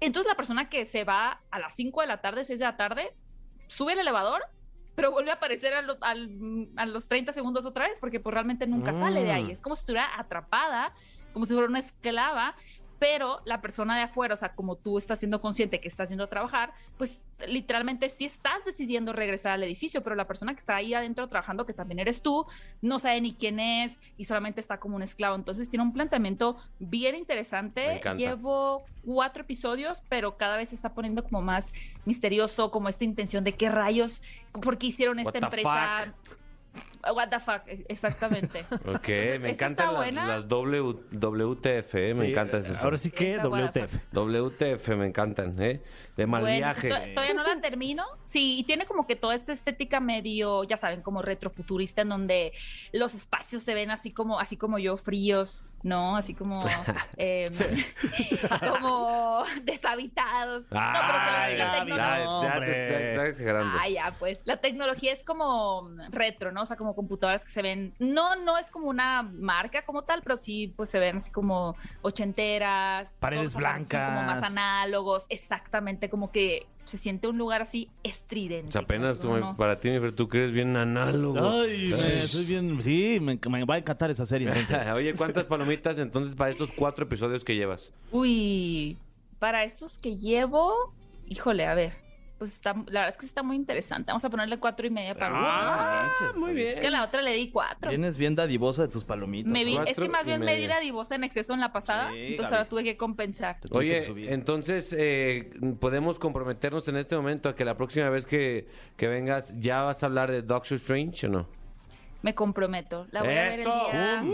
Entonces la persona que se va a las 5 de la tarde, 6 de la tarde, sube al elevador, pero vuelve a aparecer a, lo- al- a los 30 segundos otra vez, porque pues realmente nunca sale de Mm. ahí. Es como si estuviera atrapada, como si fuera una esclava, pero la persona de afuera, o sea, como tú estás siendo consciente que estás yendo a trabajar, pues literalmente sí estás decidiendo regresar al edificio, pero la persona que está ahí adentro trabajando, que también eres tú, no sabe ni quién es y solamente está como un esclavo. Entonces tiene un planteamiento bien Me interesante. encanta. Llevo cuatro episodios, pero cada vez se está poniendo como más misterioso, como esta intención de qué rayos, por qué hicieron What esta the empresa. What the fuck, exactamente. Ok, Entonces, me ¿esta encantan está las, buena? las W WTF, eh, me Sí, encantan esas. Ahora sí que Está guapa. WTF. WTF, me encantan, ¿eh? De mal Bueno, viaje. to- todavía no la termino. Sí, y tiene como que toda esta estética medio, ya saben, como retrofuturista, en donde los espacios se ven así como, así como yo, fríos, ¿no? Así como, em, como deshabitados. Ay, no, pero ya, que la- la, tecno- ya, ya te hombre. está- está exagerando. Ah, ya, pues. La tecnología es como retro, ¿no? O sea, como computadoras que se ven. No, no es como una marca como tal, pero sí, pues se ven así como ochenteras. Paredes todos los zapatos son Como blancas. más análogos, exactamente. Como que se siente un lugar así estridente. O sea, apenas tú como que me- uno no- para ti, mi Fer, tú crees bien análogo. Ay, me, soy bien. Sí, me, me va a encantar esa serie. entonces. Oye, ¿cuántas palomitas entonces para estos cuatro episodios que llevas? Uy, para estos que llevo, híjole, a ver. Pues está, la verdad es que está muy interesante. Vamos a ponerle cuatro y media Ah, para Ah, muy Es que a la otra le di cuatro. Vienes bien dadivosa de tus palomitas. Me vi- es Cuatro que más y bien me di media. la divosa en exceso en la pasada, Sí, entonces Gaby. ahora tuve que compensar. Te tuviste que subir. Oye, entonces eh, podemos comprometernos en este momento a que la próxima vez que, que vengas ya vas a hablar de Doctor Strange o no? Me comprometo. La voy a ver el ¡Eso! día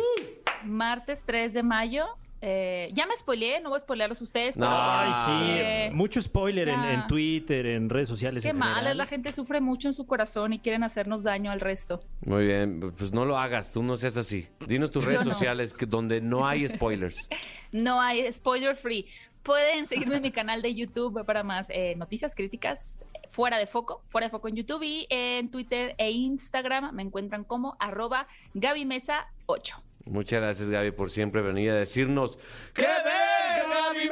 martes 3 de mayo. Eh, ya me spoileé, no voy a spoilearlos ustedes. No, pero- Ay, Eh, sí. Mucho spoiler en, ya. en Twitter, en redes sociales. Qué en mal, general. la gente sufre mucho en su corazón y quieren hacernos daño al resto. Muy bien, pues no lo hagas, tú no seas así. Dinos tus redes no. sociales que- donde no hay spoilers. No hay spoiler free. Pueden seguirme en mi canal de YouTube para más eh, noticias críticas eh, fuera de foco, fuera de foco en YouTube y en Twitter e Instagram me encuentran como arroba Gaby Mesa 8. Muchas gracias, Gaby, por siempre venir a decirnos ¡Qué ver, Gaby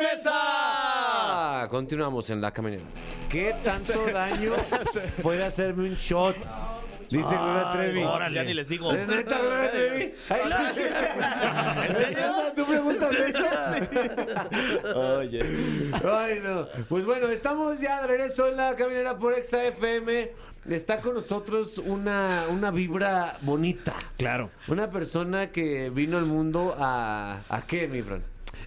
Mesa! Continuamos en La Caminera. ¿Qué tanto daño puede hacerme un shot? Dice Gloria Trevi. órale. Ya ni les digo. ¿Es neta, Gloria Trevi? Ay, sí. ¿En serio? ¿Tú preguntas eso? Oye. Ay, no. Pues bueno, estamos ya de regreso en La Caminera por Exa FM. Está con nosotros una, una vibra bonita. Claro. Una persona que vino al mundo a... ¿A qué, mi Fran?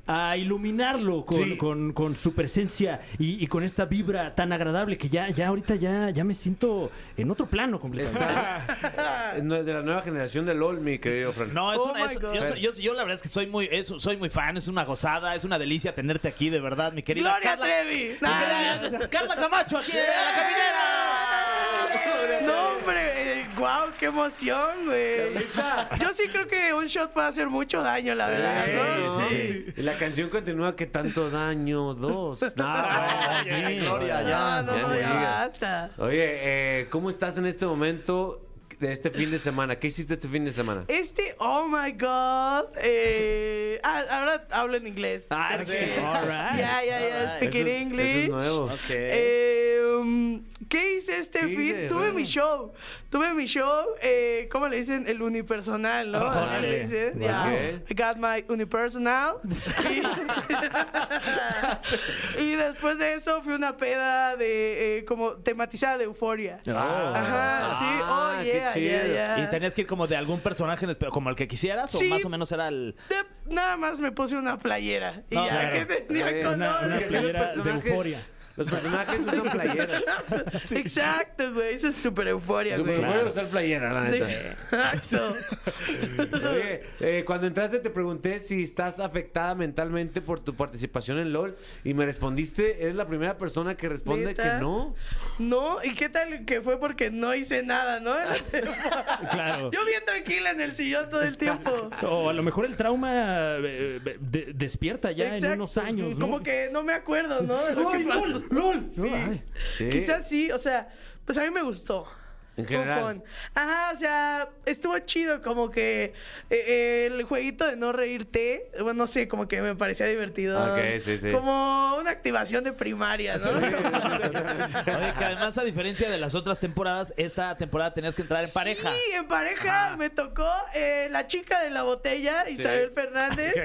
a iluminarlo con, Sí. con- con su presencia y, y con esta vibra tan agradable que ya, ya ahorita ya, ya me siento en otro plano completamente. Está no, de la nueva generación de LOL, mi querido Fran. No, es Oh una- my es- God. yo, soy- yo- yo la verdad es que soy muy, es- soy muy fan, es una gozada, es una delicia tenerte aquí, de verdad, mi querida ¡Gloria Carla. Trevi! Ah. Carla- Carla Camacho aquí de la caminera. No, hombre, eh, guau, qué emoción, güey. Yo sí creo que un shot puede hacer mucho daño, la verdad. Sí, ¿no? sí, sí. Y la canción continúa que tanto daño dos. No, Ay, no, ay, no, Gloria, No, ya no, no, ni ya digas. basta. Oye, eh, ¿cómo estás en este momento? de este fin de semana? ¿Qué hiciste este fin de semana? Este, oh my god. Eh, ah, ahora hablo en inglés. Ah, Porque- sí. Ah, All right. Ya, ya, ya. Alright. Speaking Eso es- English. eso es nuevo. Eh, um, ¿Qué hice este ¿Qué fin? hice? Tuve Ah. mi show. Tuve mi show. Eh, ¿Cómo le dicen? El unipersonal, ¿no? Así le Órale. dicen. Wow. ya. Ok. I got my unipersonal. y, y después de eso fui una peda de eh, como tematizada de euforia. Oh. Ajá, sí. Ah, Oh, qué yeah, yeah, chido. yeah. ¿Y tenías que ir como de algún personaje en espe- como el que quisieras? ¿O Sí. más o menos era el...? De- nada más me puse una playera. Y No, ya claro. que tenía Eh, color. Una, una Porque si los playera de personajes- euforia. Los personajes usan playeras. Exacto, güey. Eso es súper euforia, Super güey. claro. usar playera, la neta. Exacto. Oye, eh, cuando entraste te pregunté si estás afectada mentalmente por tu participación en LOL y me respondiste, eres la primera persona que responde ¿Neta? que no. No, ¿y qué tal que fue porque no hice nada, no? Claro. Yo bien tranquila en el sillón todo el tiempo. O a lo mejor el trauma eh, eh, de- despierta ya en Exacto. unos años, ¿no? Como que no me acuerdo, ¿no? De lo que pasó. Sí. Ay. Sí. Quizás sí, o sea, pues a mí me gustó. En Estuvo general. fun. Ajá, o sea, estuvo chido como que eh, el jueguito de no reírte, bueno, no sé, como que me parecía divertido. Ok, sí, sí. Como una activación de primaria, ¿no? Oye, que además, a diferencia de las otras temporadas, esta temporada tenías que entrar en pareja. Sí, en pareja me tocó eh, la chica de la botella, Isabel Fernández.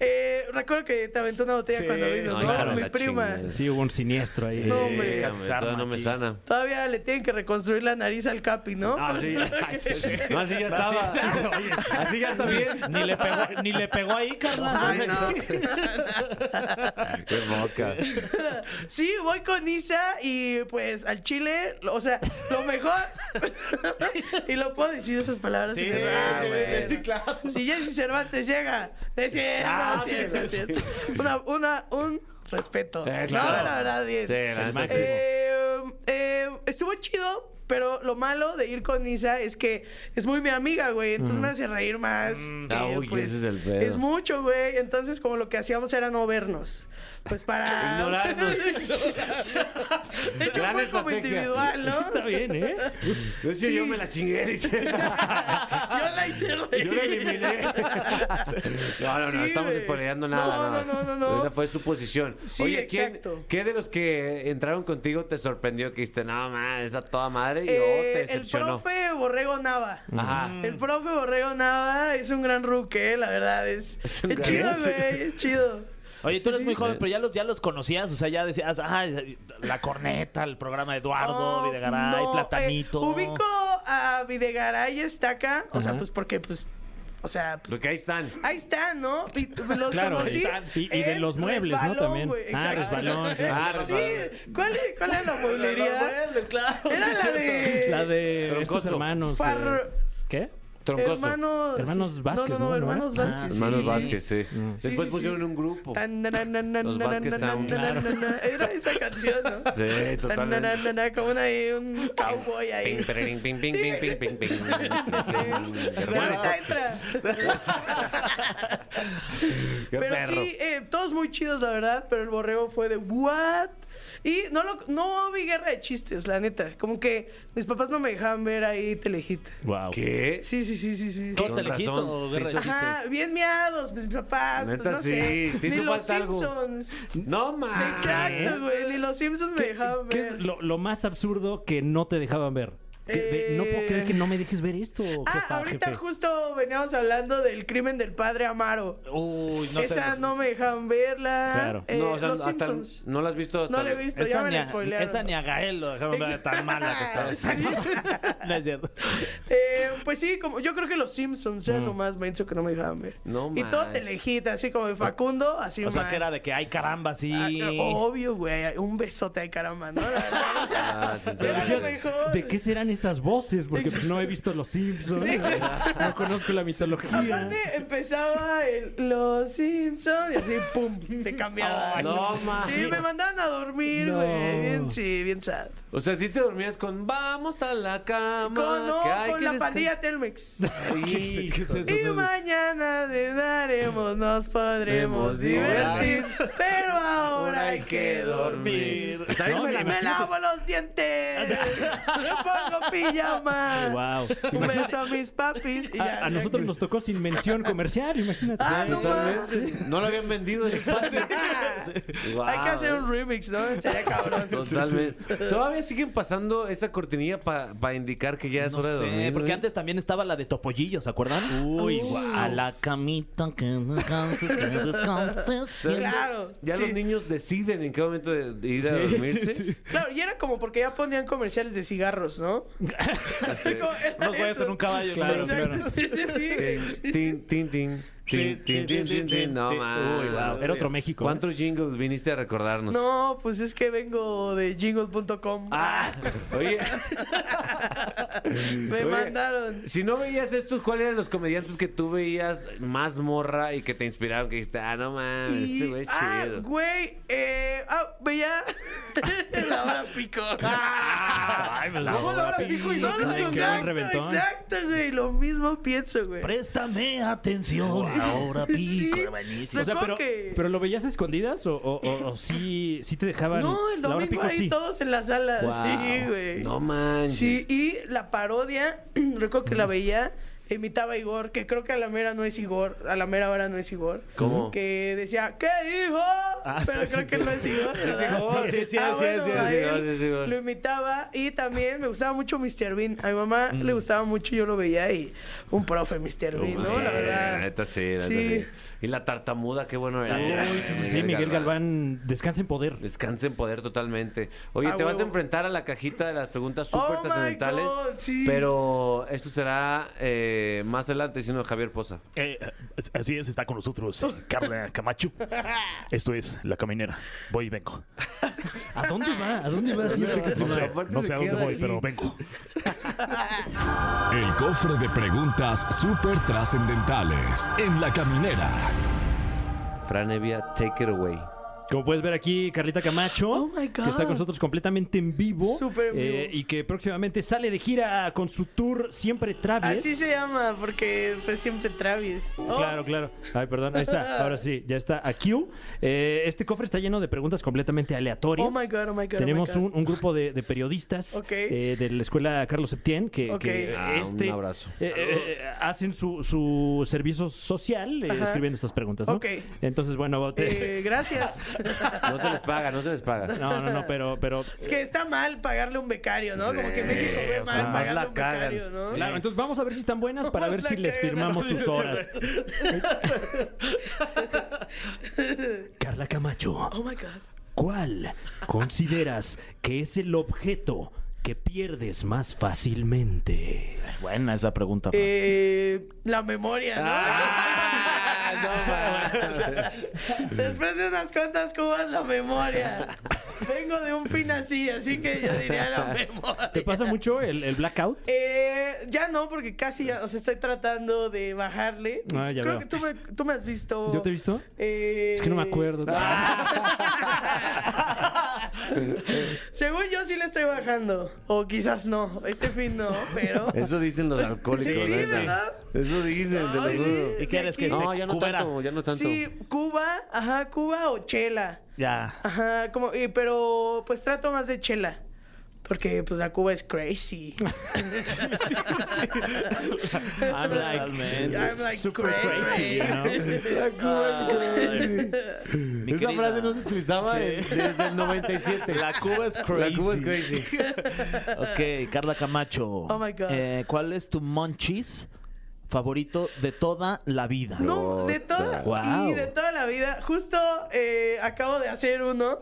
Eh, recuerdo que te aventó una botella cuando vino, Ay, ¿no? claro, Mi la prima. chingada. Sí, hubo un siniestro ahí. Sí, No, hombre. hombre, todavía no me sana. Todavía le tienen que reconstruir la nariz al Capi, ¿no? Ah, sí. No, así ya estaba. Así ya está bien. Ni le pegó, ni le pegó ahí, Carla. Ay, no. Qué moca. Sí, voy con Isa y pues al chile, o sea, lo mejor. y lo puedo decir esas palabras. Sí, sin cerrar, Ah, sí, güey. sí, claro. Si Jesse Cervantes llega, es cierto, Ah, es cierto, es cierto. Una, una, un respeto. Eh, No, claro. la verdad, bien. Sí, la neta, sí. Eh, eh, estuvo chido, pero lo malo de ir con Isa es que es muy mi amiga, güey. Entonces me hace reír más. que, Mm. pues, Ah, uy, ese es el pedo. Es mucho, güey. Entonces, como lo que hacíamos era no vernos. Pues para. Ignorarnos. De hecho, Gran fue como estrategia. individual, Eso ¿no? está bien, ¿eh? No es que yo me la chingué, dice. Yo la hice reír. Yo la eliminé. No, no, no, no Sí, estamos güey. spoileando nada. No, nada. no, no, no, no. Esa fue su posición. Sí, Oye, ¿quién, exacto. ¿qué de los que entraron contigo te sorprendió que dijiste, no, man, es a toda madre? Y o te Eh, el decepcionó. profe Borrego Nava. Mm. Ajá. Mm. El profe Borrego Nava es un gran rookie, la verdad. Es, Es un es gran- chido, Sí. güey. Es chido. Oye, tú eres muy Eh. joven, pero ya los, ya los conocías. O sea, ya decías, ah, la corneta, el programa de Eduardo, Oh, Videgaray, no, eh, Platanito. ubico a Videgaray está acá. O sea, Ajá. pues porque, pues. O sea, pues. Porque ahí están. Ahí está, ¿no? Y t- los Claro, conocí ahí están. Y- y de en los muebles, ¿no? Resbalón, También. güey, Ah, exacto. Resbalón, sí. Ah, Sí, ¿cuál, cuál era la mueblería? claro. Era la de. La de estos Troncoso. hermanos. Farro- eh, ¿Qué? Troncoso. Hermanos. Hermanos Vázquez, No, no, no, ¿no? hermanos ¿No? Vázquez. Ah, sí, Hermanos sí, sí. Vázquez, sí. Mm. Sí, Después sí, pusieron sí. un grupo. Tan, na, na, na, na, Los na, Vázquez na, na, Sound. na, na, na. Era esa canción, ¿no? Sí, Tan, totalmente. na, na, na, como una, un cowboy ahí. Ping, ping, ping, ping, ping, ping, ping, ping. Qué Bueno, rico. ahorita entra. Qué pero perro. sí, eh, todos muy chidos, la verdad, pero el borrego fue de what? Y no lo, no vi guerra de chistes, la neta. Como que mis papás no me dejaban ver ahí telejit. Wow. ¿Qué? Sí, sí, sí, sí, sí. ¿Todo Con telejito razón, o te guerra de hizo- chistes? Ajá, bien miados, mis papás. pues, Neta, no sí, sé. te hizo Ni los falta algo. Ah, Simpsons. No, man. Exacto, güey. Ni los Simpsons me ¿Qué, dejaban qué ver. es lo, lo más absurdo que no te dejaban ver? Que de- no puedo creer que no me dejes ver esto. Ah, jefa, ahorita jefe. justo veníamos hablando del crimen del padre Amaro. Uy, no Esa te... no me dejan verla. Claro. Eh, No, o sea, los hasta Simpsons. no la has visto hasta No la he visto, ya Esa me ni, la a, spoilearon. esa ni a Gael lo dejaron ver tan mala que estaba. Ah, Sí. No es cierto. Eh, pues sí, como, yo creo que los Simpsons era lo más menso que no me dejaban ver. No y todo más. telejita, así como de Facundo, así O sea, mal. que era de que, ay, caramba, sí. Ah, Obvio, güey. Un besote de caramba, ¿no? La verdad, o sea, Ah, sí, sí. era lo Decías, mejor. ¿De qué serán esas voces? Porque pues, no he visto los Simpsons. Sí. No conozco la mitología. Aparte empezaba el Los Simpsons y así, pum, te cambiaba. Ay, no, ma. Sí, me mandaban a dormir, No. güey. Bien, sí, bien sad. O sea, si te dormías con vamos a la cama. Con, no, que hay con que la descan- pandilla Telmex. Ay, Y pues, mañana de daremos, nos Podremos podremos divertir. Pero ahora Ahora hay que dormir. Pues Está bien, me Me la- lavo los dientes. Me pongo pijama. Wow. Un beso a mis papis. y ya. A, a nosotros nos tocó sin mención comercial, imagínate. Ah, no mames. Totalmente. No lo habían vendido el espacio. Hay que hacer un remix, ¿no? Sería cabrón. Totalmente. Todavía siguen pasando esa cortinilla para indicar que ya es No hora de sé, dormir. porque güey? antes también estaba la de Topollillo, ¿se acuerdan? Uy, A la camita que descanses, que descanses. ¿Sabes? Claro, Ya sí. los niños deciden en qué momento de de ir a dormirse. Claro, y era como porque ya ponían comerciales de cigarros, ¿no? No puede ser un caballo, claro, claro. Sí, sí, sí. Tin, tin, tin, tin, tin, tin, tin, tin, tin. No, Uy, mames. wow, era otro México, ¿eh? ¿Cuántos jingles viniste a recordarnos? No, pues es que vengo de jingle.com. Ah, oye, Me oye. mandaron. si no veías estos, ¿cuáles eran los comediantes que tú veías más morra y que te inspiraron? Que dijiste, ah, no mames, este Y, güey es ah, chido. güey, eh, ah, veía la hora pico. Ay, me la ¿Cómo la hora pico y no Ay, qué se buen exacto, reventón. exacto, güey, lo mismo pienso, güey. Préstame atención. Ahora pico. Sí. buenísimo. O sea, pero, Recuerdo que- pero lo veías a escondidas o, o- o- o sí, sí te dejaban. No, el la hora domingo pico ahí sí. todos en la sala, sí, güey. Ah, No manches. Sí, y la parodia, recuerdo Mm. que la veía, e imitaba a Igor, que creo que a la mera no es Igor, a la mera hora no es Igor. ¿Cómo? Que decía, ¿qué dijo? Ah, Pero creo que no es Igor. ¿verdad? Igor, sí, sí, Ah, sí, bueno, sí, sí, a sí, él sí, sí, Igor. Lo imitaba y también me gustaba mucho Mr. Bean. A mi mamá Mm. le gustaba mucho, yo lo veía y un profe Mr. Bean, ¿no? Sí, la verdad. la neta sí, la neta Sí. sí. Y la tartamuda, qué bueno era. Uy, sí, sí, sí, Miguel Galván, descansa en poder. Descansa en poder totalmente. Oye, A te vas a Ah, huevo. enfrentar a la cajita de las preguntas súper Oh my trascendentales. God, sí. Pero eso será eh, más adelante, sino Javier Poza. Eh, así es, está con nosotros eh, Carla Camacho. Esto es La Caminera. Voy y vengo. ¿A dónde va? ¿A dónde va? Sí, sí, sí. No sé, Aparte no se sé a dónde queda voy, ahí. pero vengo. El cofre de preguntas súper trascendentales en la caminera. Fran Evia, take it away. Como puedes ver aquí, Carlita Camacho, Oh my God. que está con nosotros completamente en vivo. Súper en eh, vivo. y que próximamente sale de gira con su tour Siempre Travis. Así se llama, porque pues, siempre Travis. Oh, Claro, claro. Ay, perdón, ahí está. Ahora sí, ya está. Aquí, eh, este cofre está lleno de preguntas completamente aleatorias. Oh my God, oh my God, oh Tenemos my God. Un, un grupo de, de periodistas Ok. eh, de la escuela Carlos Septién que, Ok. que, Ah, un este, abrazo. eh, eh, eh, hacen su, su servicio social eh, Ajá. escribiendo estas preguntas, ¿no? Ok. Entonces, bueno, te- eh, gracias. No se les paga, no se les paga. no, no, no, pero, pero Es que está mal pagarle a un becario, ¿no? Como que México ve o sea, mal más pagarle la a un becario, cagan. ¿no? Sí. Claro, entonces vamos a ver si están buenas para ver Vamos si a les cagar. firmamos sus horas. Carla Camacho, Oh my God. ¿cuál consideras que es el objeto que pierdes más fácilmente? Buena esa pregunta. Fran. Eh, la memoria, ¿no? Ah, Después de unas cuantas cubas, la memoria. Vengo de un fin así, así que yo diría la memoria. ¿Te pasa mucho el, el blackout? Eh, ya no, porque casi ya, o sea, estoy tratando de bajarle. Ah, ya Creo veo. que tú me, tú me has visto. ¿Yo te he visto? Eh, Es que no me acuerdo. Según yo sí le estoy bajando. O quizás no. Este fin no, pero. Eso dicen los alcohólicos. Sí, neta. ¿verdad? Eso dicen, te Ay, lo juro. sí, ¿Y qué eres que aquí- No, ya no Cubera. tanto, ya no tanto. Sí, Cuba, ajá, Cuba o Chela. Ya. Ajá, como, eh, pero pues trato más de Chela. Porque pues la Cuba es crazy. I'm I'm like crazy. Esa frase no se utilizaba en- desde el 97. La Cuba es crazy. La Cuba es crazy. Ok, Carla Camacho. Oh my God. Eh, ¿Cuál es tu monchis favorito de toda la vida? No, de toda, Guau. y de toda la vida. Justo eh, acabo de hacer uno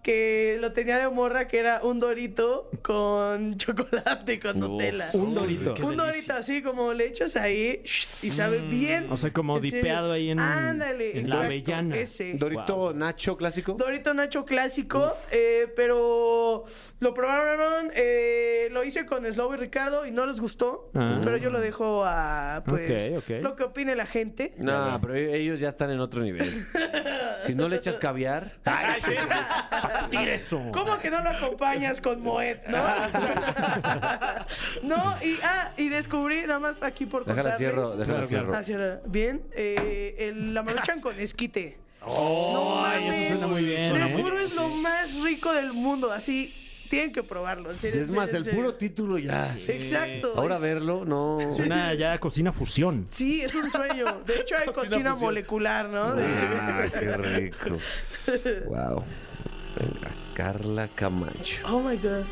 que lo tenía de morra, que era un dorito con chocolate y con Nutella. Un dorito. Un dorito así, como le echas ahí shh, y sabe bien. Mm. O sea, como En serio. dipeado ahí en- Ándale, en la exacto, avellana. Ese. Dorito Nacho clásico. Dorito Nacho clásico, eh, pero lo probaron, eh, lo hice con Slow y Ricardo y no les gustó, Ah. pero yo lo dejo a pues Ok, ok. lo que opine la gente. No, pero ellos ya están en otro nivel. Si no le echas caviar. Ah, Ay, sí. Tira eso. ¿Cómo que no lo acompañas con Moet, no? O sea, no, y, ah, y descubrí, nada más aquí por Déjala contarles. cierro, déjala cierro. Ah, cierra. Bien, eh, el- la maruchan con esquite. Oh, Ay, eso suena muy bien. Les ¿eh? juro, es lo más rico del mundo. Así, Tienen que probarlo. en serio, Es en más, serio, en el serio. puro título ya. Exacto. Ahora es- verlo, no. Es una ya cocina fusión. Sí, es un sueño. De hecho, hay cocina, molecular, ¿no? De- Ah, qué rico. Wow. Venga, Carla Camacho. Oh my God.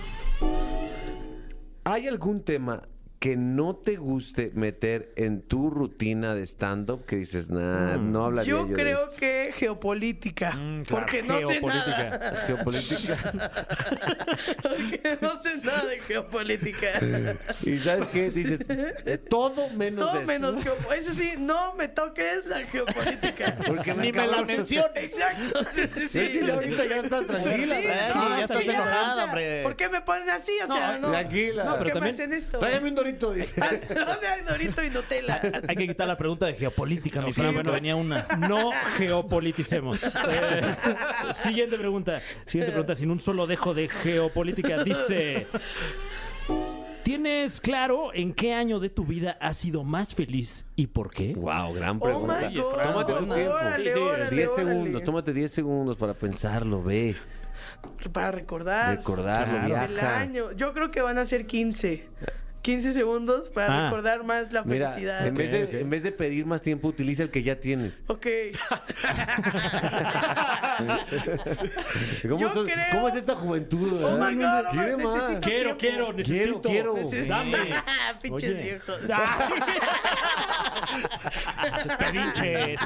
¿Hay algún tema que no te guste meter en tu rutina de stand-up que dices, nah, no hablaría yo, Mm. Yo creo de esto"? Mm, que geopolítica. Porque no sé nada. Geopolítica. Porque no sé nada de geopolítica. ¿Y sabes qué? Dices, "De todo menos Todo de eso". menos geopolítica. Eso sí, no me toques la geopolítica. Porque Ni me la acabo- menciones. Exacto. Sí, sí, sí. Sí, sí, ahorita ya estás tranquila. Sí, Fran, no, ya estás sí, o enojada, sea, hombre. ¿Por qué me ponen así? O sea, no. Tranquila. No, ¿Qué pero también... más? Tráigame un dorito. dice. Ah, ¿Dónde hay Dorito y Nutella? Hay que quitar la pregunta de geopolítica, mi Sí, Fran, bueno. porque venía una. No geopoliticemos. Eh, siguiente pregunta. Siguiente pregunta, sin un solo dejo de geopolítica. Dice. ¿Tienes claro en qué año de tu vida has sido más feliz y por qué? Wow, gran Oh my pregunta. God. Tómate tu tiempo. Órale, Sí, sí, órale, 10 órale. segundos, tómate 10 segundos para pensarlo, ve, Para recordar. recordarlo, El viaja. año. Yo creo que van a ser 15. 15 segundos para Ah. recordar más la Mira, felicidad. en, vez de, en vez de pedir más tiempo, utiliza el que ya tienes. Ok. ¿Cómo, Yo son- creo- cómo es esta juventud? Oh ¿verdad? my God, no, Quiere necesito más. tiempo. Quiero, quiero, necesito. quiero. Neces- Dame. Pinches Oye. viejos. Pinches.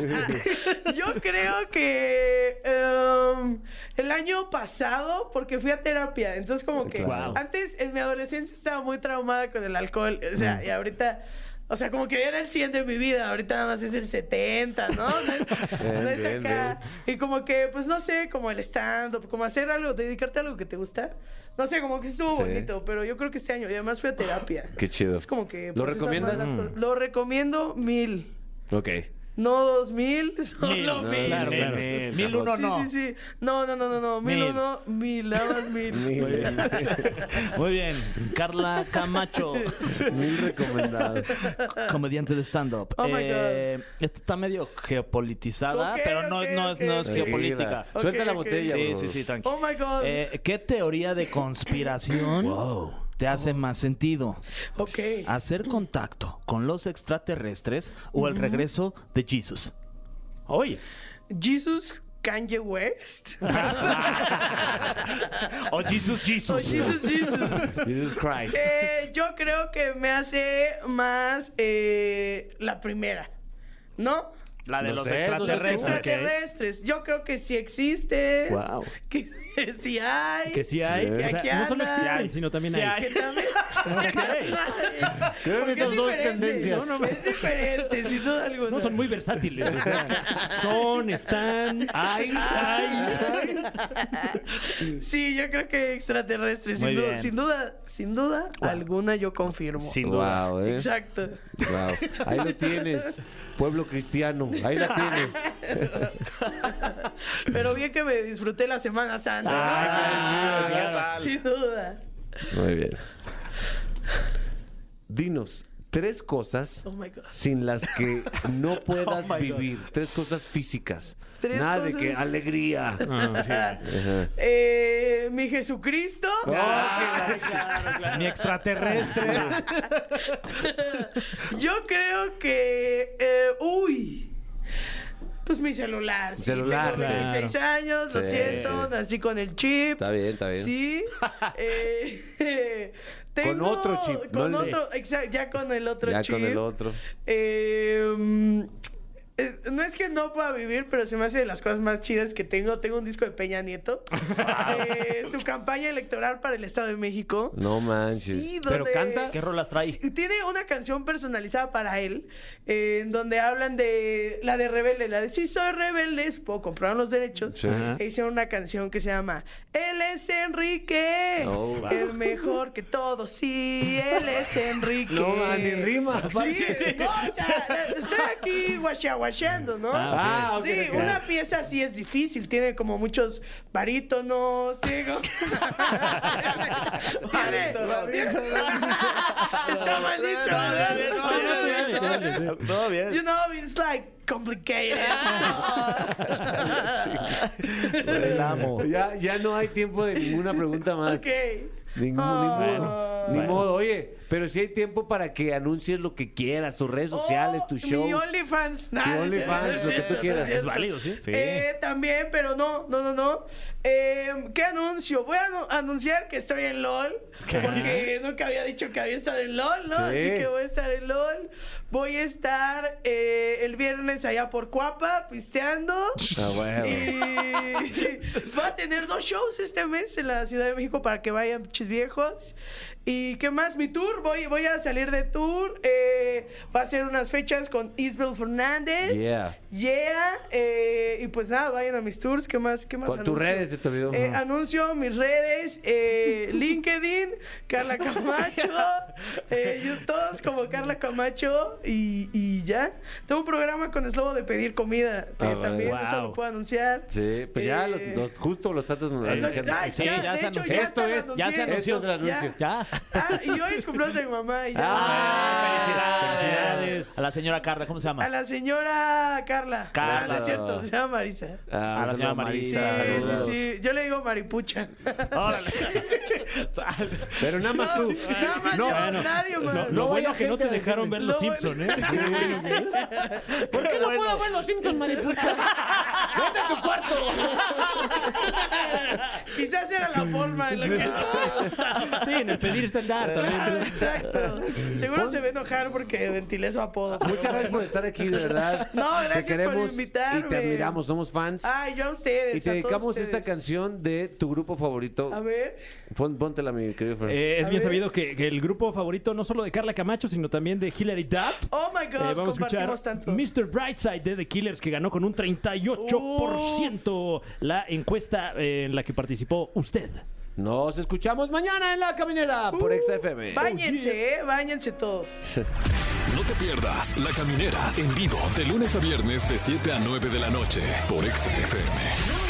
Yo creo que em, el año pasado, porque fui a terapia, entonces como que Claro. antes en mi adolescencia estaba muy traumada con el alcohol, o sea, Mm. y ahorita, o sea, como que era el 100 de mi vida, ahorita nada más es el 70, ¿no? No es, Bien, no es bien, acá. Y como que, pues no sé, como el stand-up, como hacer algo, dedicarte a algo que te gusta. No sé, como que estuvo Sí. bonito, pero yo creo que este año, y además fui a terapia. Qué chido. Es como que... ¿Lo procesas más recomiendas? Mm. las cosas. Lo recomiendo mil. Ok. No dos mil, solo Mil, mil. no, claro, claro. Nel, Mil uno sí, no. sí, sí. No, no, no, no, no. Mil, Mil. uno, mil, nada más mil. Mil, Muy bien. Carla Camacho, mil recomendados. comediante de stand-up. Eh, Oh my God. esto está medio geopolitizada, Ok, pero no, ok, no es, no es ok. geopolítica. Tranquila. Suelta Ok, la ok. botella. Sí, bro. sí, sí, tranquilo. Oh my God. Eh, ¿Qué teoría de conspiración te hace más sentido? ok. ¿Hacer contacto con los extraterrestres o el regreso de Jesus? Oye, Jesus Kanye West. O Jesus, Oh, Jesus. Jesus, Jesus. Jesus Christ. Eh, yo creo que me hace más eh, la primera. ¿No? La de No los sé, no sé, extraterrestres. Extraterrestres. Yo creo que sí existen. Wow. Que sí hay. que sí hay. Que O sea, aquí no solo andan. existen, sino también Sí hay. Que también. Creo que Porque es estas dos diferente, tendencias. No, no, es diferente, sin duda alguna. No son muy versátiles. o sea, son, están, hay, hay. Sí, yo creo que extraterrestre, sin Muy duda, bien. sin duda, sin duda alguna yo confirmo. Sin duda. Wow, eh. Exacto. Wow. Ahí lo tienes, pueblo cristiano. Ahí la tienes. Pero bien que me disfruté la Semana Santa. ¿no? Ah, claro, claro. Sin duda. Muy bien. Dinos tres cosas Oh my God. sin las que no puedas vivir. Tres cosas físicas. Oh Tres Nada de cosas- que alegría. Eh, mi Jesucristo. Mi extraterrestre. Yo creo que. eh, uy. Pues mi celular. sí, Celular, Tengo 26 años, lo Sí, siento, sí. nací con el chip. Está bien, está bien. Sí. eh, tengo- Con otro chip, Con no el de- otro, exacto, ya con el otro ya chip. con el otro. Eh, mm, eh, no es que no pueda vivir, pero se me hace de las cosas más chidas que tengo. Tengo un disco de Peña Nieto. Eh, su campaña electoral para el Estado de México. No manches. Sí, ¿Pero donde- canta? ¿Qué rolas trae? Sí, tiene una canción personalizada para él, eh, en donde hablan de la de rebelde, la de si soy rebelde, puedo comprar los derechos. Sí. E hicieron una canción que se llama Él es Enrique, Oh, wow. el mejor que todos. Sí, él es Enrique. No, man, ni rima. Sí, no, o sea, estoy aquí guachea, guacheando, ¿no? Ah, ok. Sí, Ah, ok, ok. una pieza así es difícil, tiene como muchos barítonos, sí, como- Tiene- Barítono, tiene- Está mal dicho, ¿verdad? no, no, no, no, Dale, sí. Todo bien. You know, it's like complicated. El Ah, amo. Ya, ya no hay tiempo de ninguna pregunta más. ok. Ningún, ni Ah. modo, ni Bueno. modo. Oye, pero si hay tiempo para que anuncies lo que quieras, tus redes sociales, Oh, tus shows. Ah, Mi OnlyFans. Nah, Tu no es OnlyFans, cierto, lo no que es tú cierto, quieras. no Es cierto. válido, ¿sí? Sí. Eh, también, pero no, no, no, no. Eh, ¿Qué anuncio? Voy a anu- anunciar que estoy en LOL. Porque nunca había dicho que había estado en LOL, ¿no? Sí. Así que voy a estar en LOL. Voy a estar eh, el viernes allá por Cuapa, pisteando. Ah, bueno. Y va a tener dos shows este mes en la Ciudad de México para que vayan pinches viejos. ¿Y qué más? Mi tour, voy, voy a salir de tour. eh, va a ser unas fechas con Isabel Fernández. Yeah. Yeah. eh, y pues nada, vayan a mis tours. ¿Qué más? ¿Qué más? Con tus anuncio? redes se te olvidó. Eh, Ajá. Anuncio mis redes, eh, LinkedIn, Carla Camacho, eh, yo- todos como Carla Camacho y, y ya. Tengo un programa con Slobo de pedir comida, eh, Ah, vale. también eso Wow. lo puedo anunciar. Sí, pues ya, los, Eh, los- justo los tratas los- anunciando. ay, sí, ya, ya de se hecho, anunció. ya Esto hasta lo es- anuncié. Ya se anunció Esto- el anuncio. Ya. Ah, y hoy es cumpleaños de mi mamá y ya. Ah, Felicidades. Felicidades. A la señora Carla, ¿cómo se llama? A la señora Carla. Carla. Ah, no es cierto, se llama Marisa. Ah, A la un saludo, señora Sí, Marisa, saludos. sí, sí. Yo le digo maripucha. Órale. Pero Ah, nada más tú. Nada más No, yo, bueno. nadie, Lo, más. lo No vaya bueno que no gente te a dejaron ver decirme. los Lo Simpson, ¿eh? bueno- ¿Por qué no puedo ver los Simpsons, maripucha? Vete a tu cuarto. Quizás era la forma en la que. Sí, en el pedir está el dar Claro, también. exacto. Seguro se va a enojar porque ventilé su apodo. Muchas gracias por estar aquí, de verdad. No, gracias te queremos por Y invitarme. te admiramos, somos fans. Ay, yo a ustedes. y te a todos dedicamos ustedes. esta canción de tu grupo favorito. A ver. Pon- póntela, mi querido Fer. Eh, es A bien ver. sabido que, que el grupo favorito no solo de Carla Camacho, sino también de Hilary Duff. Oh my god, Eh, vamos a escuchar compartimos tanto. Mr. Brightside de The Killers, que ganó con un Uh. 38% la encuesta eh, en la que participó usted. Nos escuchamos mañana en La Caminera Uh, por XFM. Báñense, eh, báñense todos. No te pierdas La Caminera en vivo de lunes a viernes de 7 a 9 de la noche por XFM. Lunes